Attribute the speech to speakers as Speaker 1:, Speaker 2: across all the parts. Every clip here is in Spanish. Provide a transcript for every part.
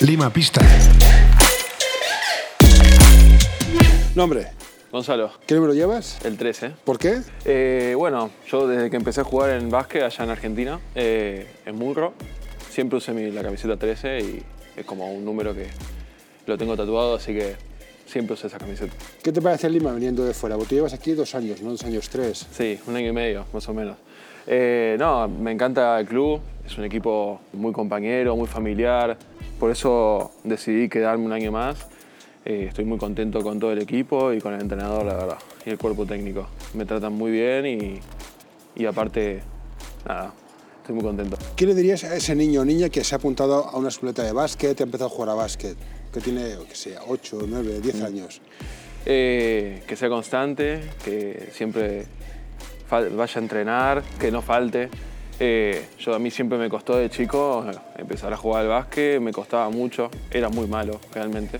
Speaker 1: Última pista.
Speaker 2: Nombre.
Speaker 3: Gonzalo,
Speaker 2: ¿Qué número llevas?
Speaker 3: el 13.
Speaker 2: ¿Por qué?
Speaker 3: Eh, bueno, yo desde que empecé a jugar en básquet allá en Argentina, eh, en Munro, siempre usé mi- la camiseta 13 y es como un número que lo tengo tatuado, así que siempre usé esa camiseta.
Speaker 2: ¿Qué te parece Lima viniendo de fuera? Porque tú llevas aquí dos años, ¿no? Dos años, tres.
Speaker 3: Sí, un año y medio, más o menos. Eh, no, me encanta el club, es un equipo muy compañero, muy familiar, por eso decidí quedarme un año más. Eh, estoy muy contento con todo el equipo y con el entrenador, la verdad, y el cuerpo técnico. Me tratan muy bien y, y aparte, nada, estoy muy contento.
Speaker 2: ¿Qué le dirías a ese niño o niña que se ha apuntado a una escueleta de básquet, ha empezado a jugar a básquet, que tiene, o que sea, 8, 9, 10 años?
Speaker 3: Eh, que sea constante, que siempre fa- vaya a entrenar, que no falte. Eh, yo a mí siempre me costó de chico eh, empezar a jugar al básquet, me costaba mucho, era muy malo realmente.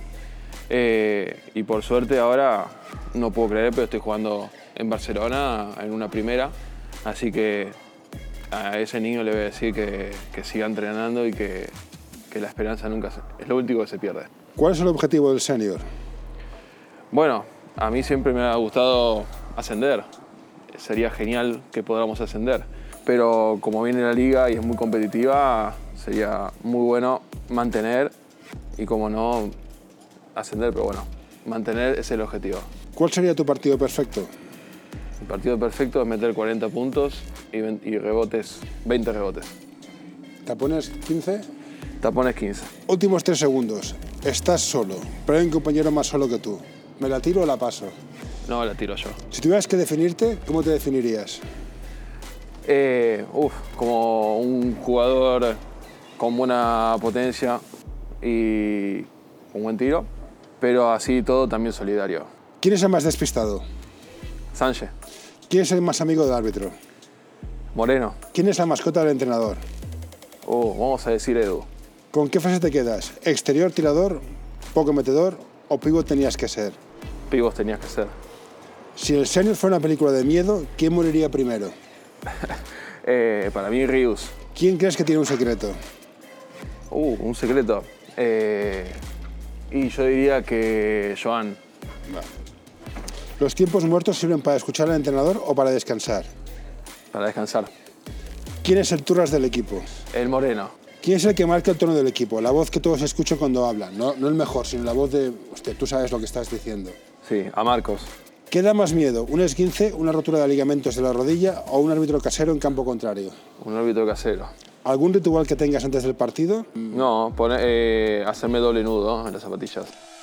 Speaker 3: Eh, y por suerte ahora no puedo creer, pero estoy jugando en Barcelona en una primera, así que a ese niño le voy a decir que, que siga entrenando y que, que la esperanza nunca se- es lo último que se pierde.
Speaker 2: ¿Cuál es el objetivo del senior?
Speaker 3: Bueno, a mí siempre me ha gustado ascender. Sería genial que podamos ascender. Pero como viene la liga y es muy competitiva, sería muy bueno mantener y como no ascender, pero bueno, mantener es el objetivo.
Speaker 2: ¿Cuál sería tu partido perfecto?
Speaker 3: El partido perfecto es meter 40 puntos y, ven- y rebotes, 20 rebotes.
Speaker 2: ¿Tapones 15?
Speaker 3: Tapones 15.
Speaker 2: Últimos tres segundos. Estás solo, pero hay un compañero más solo que tú. ¿Me la tiro o la paso?
Speaker 3: No, la tiro yo.
Speaker 2: Si tuvieras que definirte, ¿cómo te definirías?
Speaker 3: Eh, uf, como un jugador con buena potencia y un buen tiro, pero así todo también solidario.
Speaker 2: ¿Quién es el más despistado?
Speaker 3: Sánchez,
Speaker 2: ¿Quién es el más amigo del árbitro?
Speaker 3: Moreno,
Speaker 2: ¿Quién es la mascota del entrenador?
Speaker 3: uh, vamos a decir Edu.
Speaker 2: ¿Con qué frase te quedas? ¿Exterior tirador, poco metedor o pívot tenías que ser?
Speaker 3: Pibos tenías que ser.
Speaker 2: Si el senior fuera una película de miedo, ¿quién moriría primero?
Speaker 3: Eh, para mí Rius,
Speaker 2: ¿Quién crees que tiene un secreto?
Speaker 3: uh, un secreto. Eh, y yo diría que Joan,
Speaker 2: ¿Los tiempos muertos sirven para escuchar al entrenador o para descansar?
Speaker 3: para descansar.
Speaker 2: ¿Quién es el turras del equipo?
Speaker 3: El Moreno,
Speaker 2: ¿Quién es el que marca el tono del equipo? La voz que todos escuchan cuando hablan. No, no el mejor, sino la voz de, hostia, tú sabes lo que estás diciendo.
Speaker 3: sí, a Marcos.
Speaker 2: ¿Qué da más miedo? ¿Un esguince, una rotura de ligamentos de la rodilla o un árbitro casero en campo contrario?
Speaker 3: Un árbitro casero.
Speaker 2: ¿Algún ritual que tengas antes del partido?
Speaker 3: No, pone- eh, hacerme doble nudo en las zapatillas.